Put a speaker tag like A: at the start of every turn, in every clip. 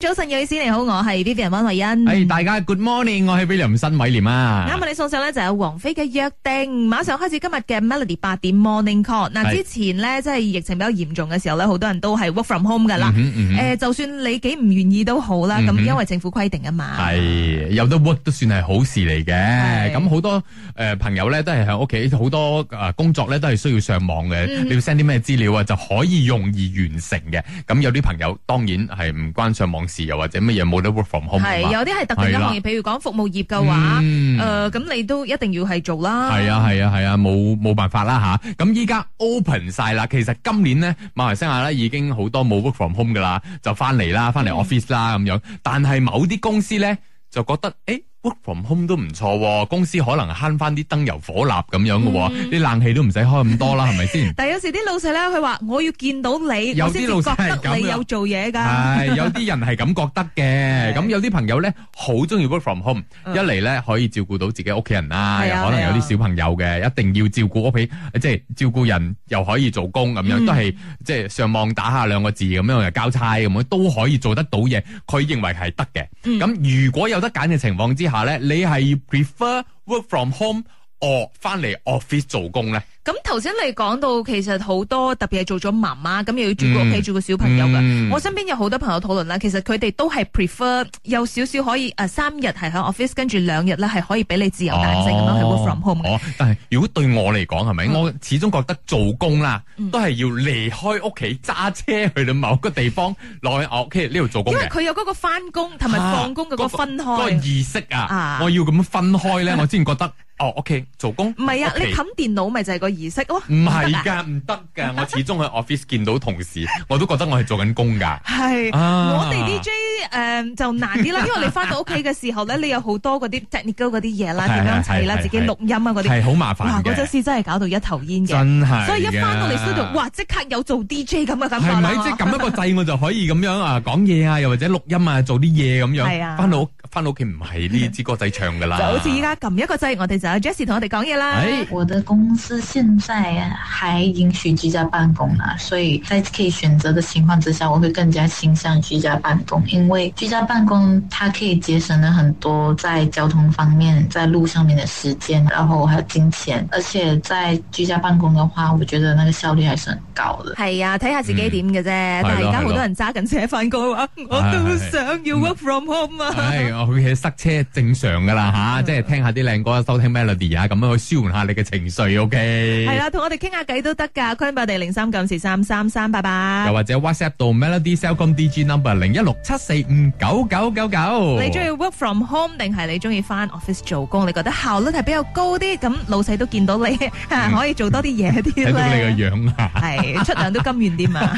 A: 早晨，有意思你好，我係 Vivian 溫慧欣。
B: 誒、哎大家 Good morning，我係 William 新偉廉啊。
A: 嗯啱啱你送上咧就有王菲嘅約定，馬上開始今日嘅 Melody 八點 Morning Call。嗱，
B: 係
A: 之前呢，即係疫情比較嚴重嘅時候咧，好多人都係 work from home 噶啦。
B: 嗯哼
A: 誒，就算你幾唔願意都好啦，咁
B: 嗯哼
A: 因為政府規定啊嘛。
B: 係有得 work 都算係好事
A: 係
B: 嚟嘅，咁好多誒、呃朋友咧都係喺屋企，好多誒、呃工作咧都係需要上網嘅，
A: 嗯
B: 你要 send 啲咩資料啊，就可以容易完成嘅。咁有啲朋友當然係唔關上網事，又或者乜嘢冇得 work from home
A: 係
B: 啊嘛
A: 有啲係特定嘅行業，譬如講服務業嘅話，
B: 嗯
A: 誒，咁你都一定要係做啦。
B: 係啊，係啊，係啊，冇冇辦法啦吓。咁依家 open 晒啦，其實今年呢，馬來西亞咧已經好多冇 work from home 噶啦，就翻嚟啦，翻嚟 office 啦咁樣。但係某啲公司咧就覺得，诶 work from home 都唔錯喎，公司可能慳翻啲燈油火蠟咁樣嘅喎，啲、冷氣都唔使開咁多啦，係咪先？
A: 但係有時啲老細咧，佢話我要見到你，
B: 有
A: 我
B: 啲
A: 先至
B: 老細係
A: 覺
B: 咁
A: 得你
B: 啦
A: 有做嘢㗎。
B: 係有啲人係咁覺得
A: 係
B: 嘅，咁有啲朋友咧好中意 work from home，
A: 嗯
B: 一嚟咧可以照顧到自己屋企人啦，
A: 係
B: 又
A: 啊
B: 可能有
A: 係啊
B: 啲小朋友嘅，一定要照顧屋企，即係照顧人又可以做工咁
A: 嗯
B: 樣，都係即係上網打下兩個字咁樣又交差咁樣都可以做得到嘢，佢認為係得
A: 嗯
B: 嘅。咁如果有得揀嘅情況之下咧，你係 prefer work from home？哦，翻嚟 office 做工咧，
A: 咁頭先你講到其實好多特別係做咗媽媽，咁又要照顧屋企、
B: 嗯
A: 照顧小朋友㗎。
B: 嗯
A: 我身邊有好多朋友討論啦，其實佢哋都係 prefer 有少少可以誒呃三日係喺 office，跟住兩日咧係可以俾你自由彈性咁樣去 work from home 嘅。
B: 哦，但係如果對我嚟講係咪？
A: 嗯
B: 我始終覺得做工啦
A: 嗯，
B: 都係要離開屋企揸車去到某個地方，落去我屋企呢度做工
A: 因為
B: 嘅。啊
A: 佢有嗰個翻工同埋放工嗰個分
B: 嗰個
A: 開，
B: 儀式啊
A: 啊，
B: 我要咁樣分開咧，我先覺得哦，OK，做工
A: 唔係啊，
B: 屋企
A: 你冚電腦咪就係個儀式咯，
B: 唔
A: 得
B: 係
A: 啊
B: 㗎，唔得㗎，我始終喺 office 見到同事，我都覺得我係做緊工㗎。
A: 係。
B: 啊
A: 我哋 DJ 誒就難 啲啦，因為你翻到屋企嘅時候咧，你有好多嗰啲 technical 嗰啲嘢啦，
B: 係
A: 點樣
B: 係
A: 砌啦，
B: 係
A: 自己
B: 係
A: 錄音啊嗰啲，
B: 係好麻
A: 哇！
B: 煩
A: 嗰陣
B: 嘅，
A: 時真係搞到一頭煙嘅。
B: 真係㗎。
A: 所以一翻到嚟 studio，哇！即刻有做 DJ 咁嘅感覺
B: 係
A: 啦
B: 咪即係撳一個掣我就可以咁樣啊講嘢啊，又或者錄音啊，做啲嘢咁
A: 係啊
B: 樣。翻到屋翻到屋企唔係呢支歌仔唱噶啦。
A: 就好似依家撳一個掣，我哋就有 Jesse 同我哋講嘢啦。
B: 哎
C: 我的公司现在还允许居家办公啦，所以在可以选择的情况之下，我会更加倾向居家办公，因为居家办公它可以节省了很多在交通方面、在路上面的时间，然后还有金钱，而且在居家办公的话，我觉得那个效率还是很高的。
A: 係啊，睇下自己點嘅啫。但
B: 係
A: 係
B: 咯
A: 而家好
B: 係
A: 多
B: 咯
A: 人揸緊車翻工啊，我都想要 work from home 啊。
B: 唉，我哦佢塞車正常噶 啦吓，即係聽下啲靚歌，收聽 melody 啊，咁樣去舒緩下你嘅情緒，OK？
A: 係啦，同我哋傾下偈都得㗎。坤伯哋零三九四三三三，拜
B: 又
A: 拜。
B: 或者 WhatsApp 到 Melody Cellcom DG number 零一六七四五九九九九。
A: 你中意 work from home 定係你中意翻 office 做工？你覺得效率係比較高啲，咁老細都見到你 可以做多啲嘢啲
B: 睇到你個
A: 咧。
B: 樣啊！
A: 係出糧都甘願啲 嘛。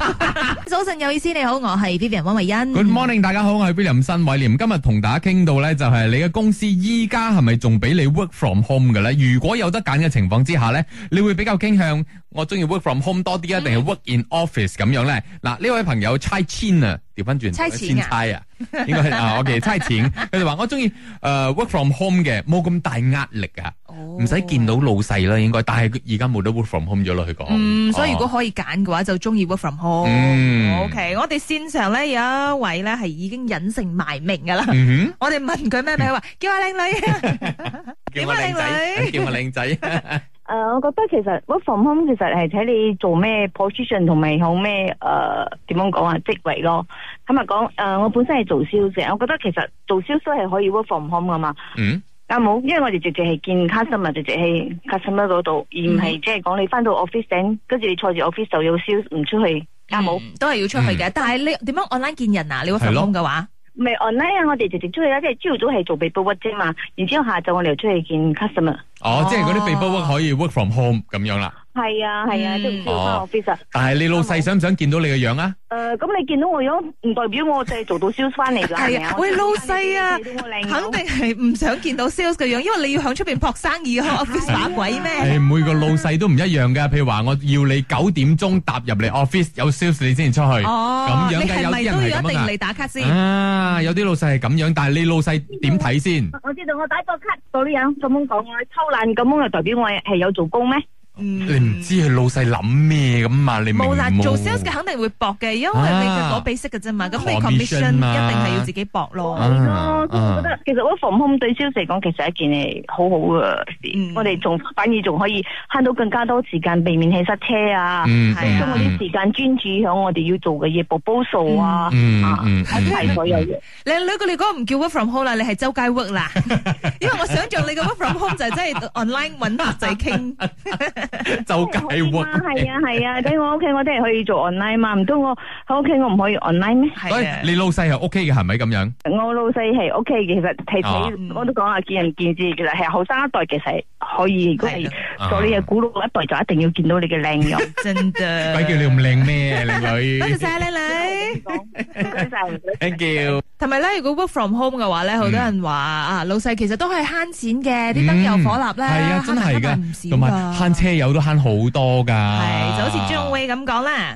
A: 早晨有意思，你好，我係 Vivian 温慧欣。
B: Good morning，大家好，我係 William 新偉廉。今日同大家傾到呢，就係你嘅公司依家係咪仲俾你 work from home 嘅咧？如果有得揀嘅情況之下呢，你會比較傾向我中意 work from home 多啲啊，定係 work in office 咁樣呢？嗱，呢位朋友猜千啊，調翻轉
A: 猜錢啊
B: 千 猜啊，應該係啊，OK，猜錢。佢就話我中意誒 work from home 嘅，冇咁大壓力啊，唔
A: 唔
B: 使見到老細啦，應該。但係而家冇得 work from home 咗咯，佢講。
A: 嗯，所以如果
B: 哦
A: 可以揀嘅話，就中意 work from home。
B: 嗯
A: O K，我哋線上咧有一位咧係已經隱姓埋名噶啦。
B: 嗯哼。
A: 我哋問佢咩名，佢話叫阿靚 女。
B: 叫我靚仔， 叫我靚仔，
D: 誒、呃我覺得其實 work from home 其實係睇你做咩 position 同埋有咩誒點樣講啊職位咯。咁啊講誒，我本身係做銷售，我覺得其實做銷售係可以 work from home 噶嘛，
B: 嗯，
D: 啱冇？因為我哋直接係見 customer，直接喺 customer 嗰度，而唔係即係講你翻到 office 頂，跟住你坐住 office 就要 sales 唔出去，啱冇？
A: 嗯都係要出去嘅，但係你點樣 online 見人啊？你 work from
B: 係咯
A: home 嘅話，
D: 咪 online 啊，我哋直接出去啦，即係朝早係做 paper work 啫嘛，然之後下晝我哋又出去見 customer。
B: 哦
A: 哦，
B: 即係嗰啲被 o 可以 work from home 咁樣啦。
D: 係啊係啊，
A: 嗯
D: 都唔需要翻
B: 哦
D: office 啊。
B: 但係你老細想唔想見到你嘅樣啊？
D: 诶，呃咁、你見到我樣，唔代表我就係做到 sales 翻嚟㗎，係
A: 係
D: 咪
A: 啊
D: 啊？，
A: 喂
D: 我
A: 老
D: 真係
A: 細啊，
D: 見到我靚
A: 肯
D: 樣
A: 定係唔想見到 sales 嘅樣，因為你要響出邊撲生意，去 office 打鬼咩？
B: 誒，每個老細都唔一樣㗎。譬如話，我要你九點鐘踏入嚟 office 有 sales 你先出去。
A: 哦，
B: 咁
A: 你
B: 樣嘅
A: 係咪
B: 有啲
A: 都
B: 人係
A: 要一
B: 咁
A: 定
B: 㗎
A: 嚟打卡先？
B: 啊，有啲老細係咁樣，但係你老細點睇先？
D: 我知道我打個 cut 到呢樣咁樣講，我偷懶咁樣又代表我係有做工咩？
B: 你唔知佢老細諗咩咁嘛？你明
A: 冇啦，
B: 冇
A: 做 sales 嘅肯定會搏嘅，因為你嘅
B: 啊
A: 攞 basic 嘅啫嘛，咁你
B: commission
A: commission 一定
B: 嘛
A: 係要自己搏咯。
B: 啊
D: 係咯，咁
B: 啊
D: 我覺得其實 work from home 對 sales 嚟講，其實係一件係好好嘅事。
A: 嗯
D: 我哋仲反而仲可以慳到更加多時間，避免氣塞車啊，
B: 嗯
A: 係啊
D: 將嗰啲時間專注響我哋要做嘅嘢 proposal 啊，
B: 嗯
D: 啊
B: 嗯嗯
D: 一齊所有嘢。
A: 你女個你嗰個唔叫 work from home 啦，你係周街 work 啦。因為我想象你嘅 work from home 就係真係 online 揾客仔傾，
B: 周
D: 真
B: 街
D: 係好啲嘛
B: 屈。
D: 係啊係啊，喺我屋企我真係可以做 online 嘛，唔通我喺屋企我唔可以 online 咩？
B: 所以
A: 係啊
B: 你老細係 OK 嘅，係咪咁樣？
D: 我老細係 OK 嘅，其實睇
A: 哦
D: 睇我都講啊，見仁見智。其實係後生一代其實係可以，如果係
B: 係
D: 做你嘅古老一代就一定要見到你嘅靚 樣。
A: 真嘅。
B: 鬼叫你咁靚咩，靚
A: 多謝
B: 女
A: 晒靚女。
B: ？Thank you。
A: 同埋咧，如果 work from home 嘅話咧，好多人話啊，老細其實都係慳錢嘅，啲燈油火蠟咧，
B: 嗯係啊，真係
A: 㗎，唔
B: 噶，
A: 少
B: 同埋慳車油都慳好多噶。
A: 係就好似張威咁講啦。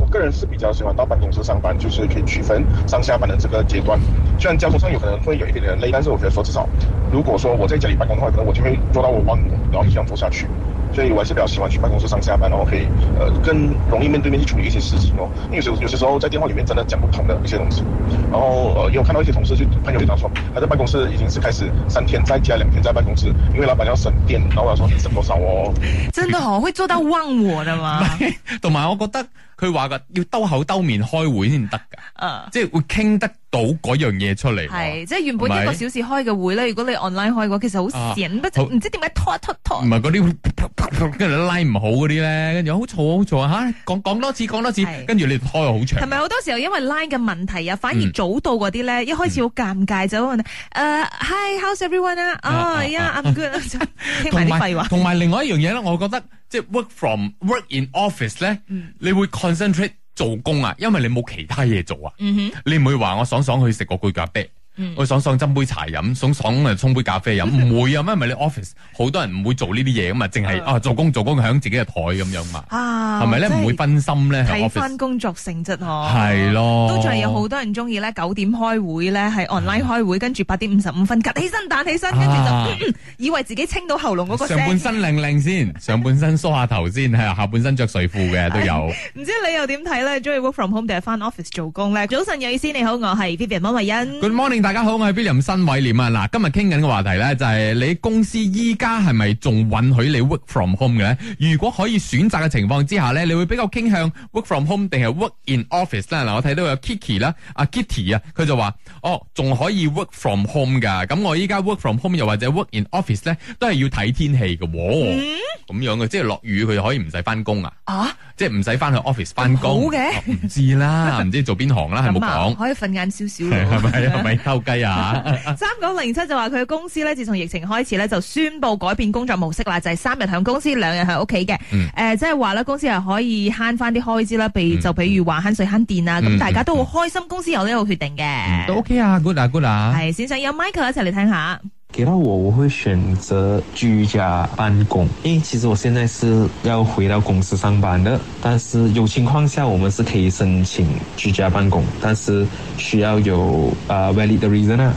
E: 我个人是比较喜欢到办公室上班，就是可以区分上下班的这个阶段。虽然交通上有可能会有一点点累，但是我觉得说至少，如果说我在家里办公的话，可能我就会做到我忘我，然后一直这样做下去。所以我还是比较喜欢去办公室上下班，然后可以呃更容易面对面去处理一些事情哦。因为有时候有些时候在电话里面真的讲不通的一些东西。然后呃也有看到一些同事就朋友就讲说，他在办公室已经是开始三天在家，两天在办公室，因为老板要省电，然后我要说你省多少哦。
A: 真的哦，會做到忘我的嘛？
B: 同埋我覺得佢話嘅要兜口兜面開會先得㗎，
A: 啊
B: 即係會傾得到嗰樣嘢出嚟喎。
A: 係，即係原本一個小時開嘅會咧，如果你 online 開嘅話，其實好閒，不知
B: 啊好嗯
A: 唔知點解拖一拖一拖
B: 唔。係嗰啲跟住拉唔好嗰啲咧，跟住好嘈好嘈啊吓，講講多次講多次
A: 係，
B: 跟住你開好長
A: 同。埋好多時候因為 line 嘅問題啊，反而
B: 嗯
A: 早到嗰啲咧，一開始好尷尬就問誒，Hi，how's 呃 everyone 啊？哦
B: 啊啊
A: ，yeah，I'm good 啊， 就傾
B: 同
A: 埋啲
B: 埋
A: 廢話。
B: 同埋另外一樣嘢咧，我覺得即係 work from work in office 咧，你會 concentrate 做工啊，因為你冇其他嘢做啊，
A: 嗯
B: 你唔會話我爽爽去食個攰咖啡。
A: 嗯
B: 我爽爽斟杯茶飲，爽爽啊沖杯咖啡飲， 唔會啊，因為你 office 好多人唔會做呢啲嘢噶嘛，淨係
A: 嗯
B: 啊做工做工響自己嘅台咁樣嘛，
A: 哼，啊，
B: 係咪咧
A: 真係
B: 唔會分心咧喺
A: 睇翻
B: office？
A: 工作性質嗬。
B: 係。咯，嗯
A: 都仲係有好多人中意咧，九點開會咧，係 online 開會，跟住八點五十五分，趌起身彈起身，跟住
B: 啊
A: 就嗯以為自己清到喉嚨嗰個
B: 上
A: 聲。
B: 半身靚靚先，上半身梳下頭先，係啊下半身着睡褲嘅都有。
A: 唔知你又點睇咧？中意 work from home 定係翻 office 做工咧？早晨，有意思，你好，我係 Vivian 温慧欣。
B: Good morning，大家好，我係 William 新偉廉啊！嗱，今日傾緊嘅話題咧就係你公司依家係咪仲允許你 work from home 嘅咧？如果可以選擇嘅情況之下咧，你會比較傾向 work from home 定係 work in office 咧？嗱，我睇到有 Kiki 啦，阿 Kitty 啊，佢就話：哦，仲可以 work from home 噶。咁我依家 work from home 又或者 work in office 咧，都係要睇天氣嘅喎。
A: 嗯
B: 咁樣嘅，即係落雨佢就可以唔使翻工啊，
A: 啊！
B: 即係唔使翻去 office 翻工。
A: 好嘅
B: 哦唔知啦，唔知做 邊行啦，係冇
A: 咁啊，
B: 講。
A: 可以瞓晏少少
B: 係
A: 咯。
B: 係咪係咪偷雞啊？
A: 三九零七就話佢嘅公司咧，自從疫情開始咧，就宣布改變工作模式啦，就係、三日喺公司，兩日喺屋企嘅。誒、呃
B: 嗯
A: 即係話咧，公司係可以慳翻啲開支啦，譬
B: 嗯
A: 如就譬如話慳水慳電啊，咁、
B: 嗯
A: 大家都好開心，公司有呢個決定嘅。
B: 都 OK 啊，good 啊，good 啊。
A: 係線上有 Michael 一齊嚟聽下。
F: 给到我，我会选择居家办公，因为其实我现在是要回到公司上班的，但是有情况下我们是可以申请居家办公，但是需要有啊、呃 valid 的 reason 啊。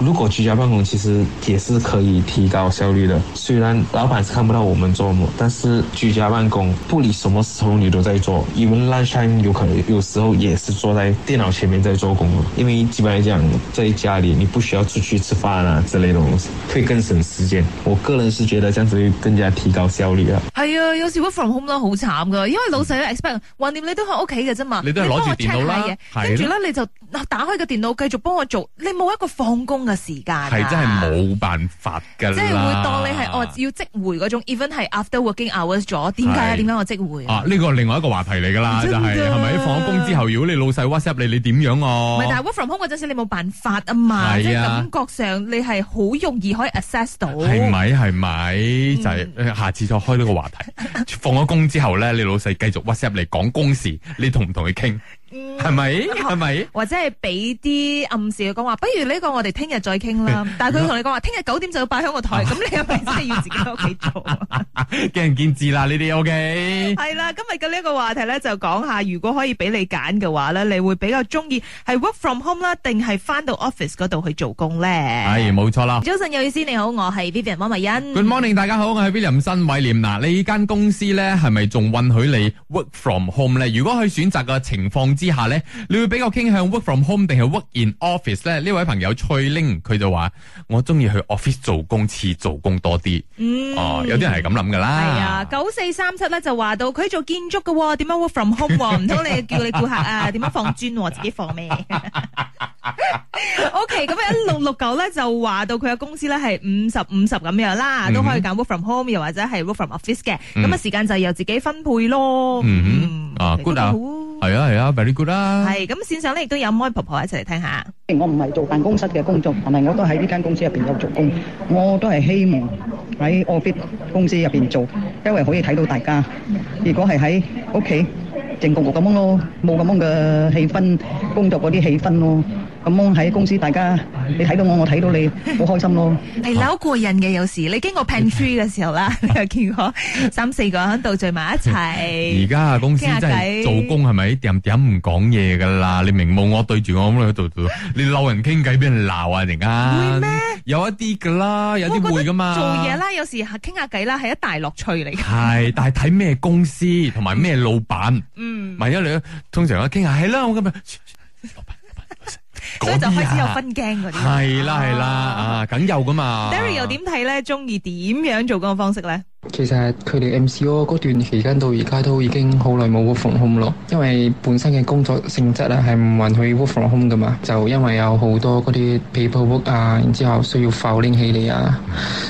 F: 如果居家办公其实也是可以提高效率的，虽然老板是看不到我们做什么，但是居家办公不理什么时候你都在做，even lunchtime 有可能有时候也是坐在电脑前面在做工的，因为基本来讲在家里你不需要出去吃饭啊之类的东西，会更省时间。我个人是觉得这样子会更加提高效率啊。
A: 係啊，有時 work from home 啦，好慘噶，因為老細都 expect，橫掂你都喺屋企嘅啫嘛，
B: 嗯你都係攞住
A: 幫我 check
B: 電腦啦
A: 下
B: 係
A: 嘢，跟
B: 啦
A: 住咧你就打開個電腦繼續幫我做，你冇一個放工嘅時間啊，
B: 係真係冇辦法㗎啦。
A: 即係會當你係哦要即回嗰種，even 係 after working hours 咗，點解啊？
B: 係
A: 點解我即回啊？
B: 啊，呢個另外一個話題嚟㗎啦，就
A: 真㗎
B: 係係咪放咗工之後，如果你老細 WhatsApp 你，你點樣
A: 唔係，但
B: 啊？
A: 係 work from home 嗰陣時你冇辦法啊嘛，
B: 係啊
A: 即係感覺上你係好容易可以 access 到。
B: 係咪係咪？就係呃下次再開 呢個話題。放咗工之後咧，你老細繼續 WhatsApp 你講公事，你同唔同佢傾？
A: 嗯
B: 係咪？係 咪？
A: 或者係俾啲暗示佢講話，不如呢個我哋聽日再傾 啦。但係佢同你講話，聽日九點就要擺喺我台，咁你係咪真係要自己喺屋企做啊？
B: 見仁見智啦，呢啲 OK。
A: 係啦，今日嘅呢一個話題咧，就講下如果可以俾你揀嘅話咧，你會比較中意係 work from home 啦，定係翻到 office 嗰度去做工咧？
B: 係冇錯啦。
A: 早晨有意思，你好，我係 Vivian 汪慧欣。
B: Good morning，大家好，我係 William 新偉廉。嗱，你間公司咧係咪仲允許你 work from home 咧？如果佢選擇嘅情況之下咧，你會比較傾向 work from home 定係 work in office 咧？呢位朋友翠玲佢就話：我中意去 office 做工，似做工多啲。
A: 嗯
B: 哦，有啲人係咁諗噶啦。
A: 係啊，九四三七咧就話到佢做建築嘅喎，點樣 work from home 喎？唔通你叫你顧客啊？點樣放磚喎？自己放咩 ？OK，咁一六六九咧就話到佢嘅公司咧係五十五十咁樣啦，都可以揀 work from home 又或者係 work from office 嘅，
B: 嗯
A: 咁啊時間就由自己分配咯。
B: 嗯哼啊
A: 嗯
B: good 啊
A: 都好
B: 係啊係啊，very good 啦。
A: 係咁線上咧亦都有 m 婆婆一齊嚟聽下。
G: 我唔係做辦公室嘅工作，但係我都喺呢間公司入邊有做工，我都係希望喺 office 公司入邊做，因為可以睇到大家。如果係喺屋企靜局局咁樣咯，冇咁樣嘅氣氛，工作嗰啲氣氛咯，咁樣喺公司大家你睇到我，我睇到你，好開心咯。
A: 係啦，好過癮嘅有時，你經過 pantry 嘅時候啦，你又見過三四個人喺度聚埋一 齊
B: 而。家嘅公司真係做工係咪點點唔講嘢噶啦？你明冇我對住 我咁喺度度，你嬲人傾偈俾人鬧啊！陣間
A: 會咩？
B: 有一啲噶啦，有啲
A: 我
B: 會
A: 覺得
B: 噶嘛。
A: 做嘢。啦，有時傾下偈啦，係一大樂趣嚟 嘅。
B: 係，但係睇咩公司同埋咩老闆。
A: 嗯，
B: 萬一你通常一傾下係啦，我今日
A: 所以就開始有。
B: 噓噓老闆老闆嗰啲啊
A: 分驚嗰啲。
B: 係啦係啦
A: 啊。
B: 啊，梗有噶嘛。
A: Derry 又點睇咧？中意點樣做嗰個方式咧？
H: 其實佢哋 MCO 嗰段期間到而家都已經好耐冇 work from home 咯，因為本身嘅工作性質咧係唔允許 work from home 噶嘛，就因為有好多嗰啲 paperwork à, 啊，然之後需要 file 拎起你啊，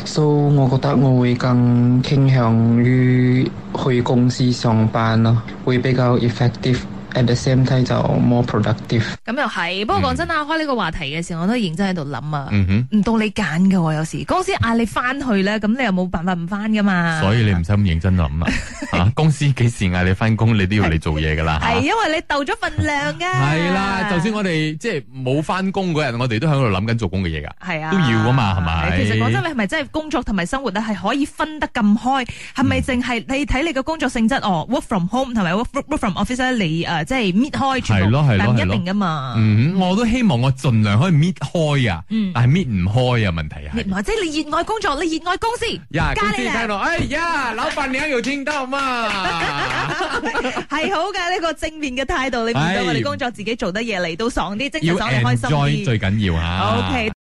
H: 所以我覺得我會更傾向於去公司上班咯，會比較 effective，at the same time 就 more productive。
A: 咁又係，不過講真啊，開呢個話題嘅時候，我都認真喺度諗啊。
B: 嗯哼。
A: 唔到你揀嘅喎，有時公司嗌你翻去咧，咁你又冇辦法唔翻噶嘛。
B: 所以你唔使咁認真 諗啦，嚇公司幾時嗌你翻工，你都要嚟做嘢噶啦。嚇
A: 係因為你鬥咗份啊量噶。
B: 系啦，就算我哋即系冇翻工嗰日，我哋都喺度諗緊做工嘅嘢噶。
A: 系啊，
B: 都要㗎嘛係咪
A: 其實講真，你係咪真係工作同埋生活咧係可以分得咁開？係咪
B: 嗯
A: 淨係你睇你嘅工作性質哦？work from home 同埋 work work from office 咧，你誒即係搣開全
B: 係
A: 部
B: 咯係，咯
A: 但唔一
B: 係咯
A: 定噶嘛。
B: 嗯，我都希望我盡量可以搣開啊，
A: 嗯
B: 但係搣唔開啊，問題
A: 你
B: 係。
A: 或者你熱愛工作，你熱愛公司，
B: 呀，公
A: 加
B: 司
A: 你啊
B: 聽
A: 啦，
B: 到，哎呀，老闆娘有聽到嘛？
A: 係好嘅呢個正面嘅態度，你面對我哋
B: 係
A: 工作自己做得嘢嚟到爽啲，精
B: 要
A: 神爽利開心
B: enjoy
A: 啲。
B: 最緊要啊。
A: O K，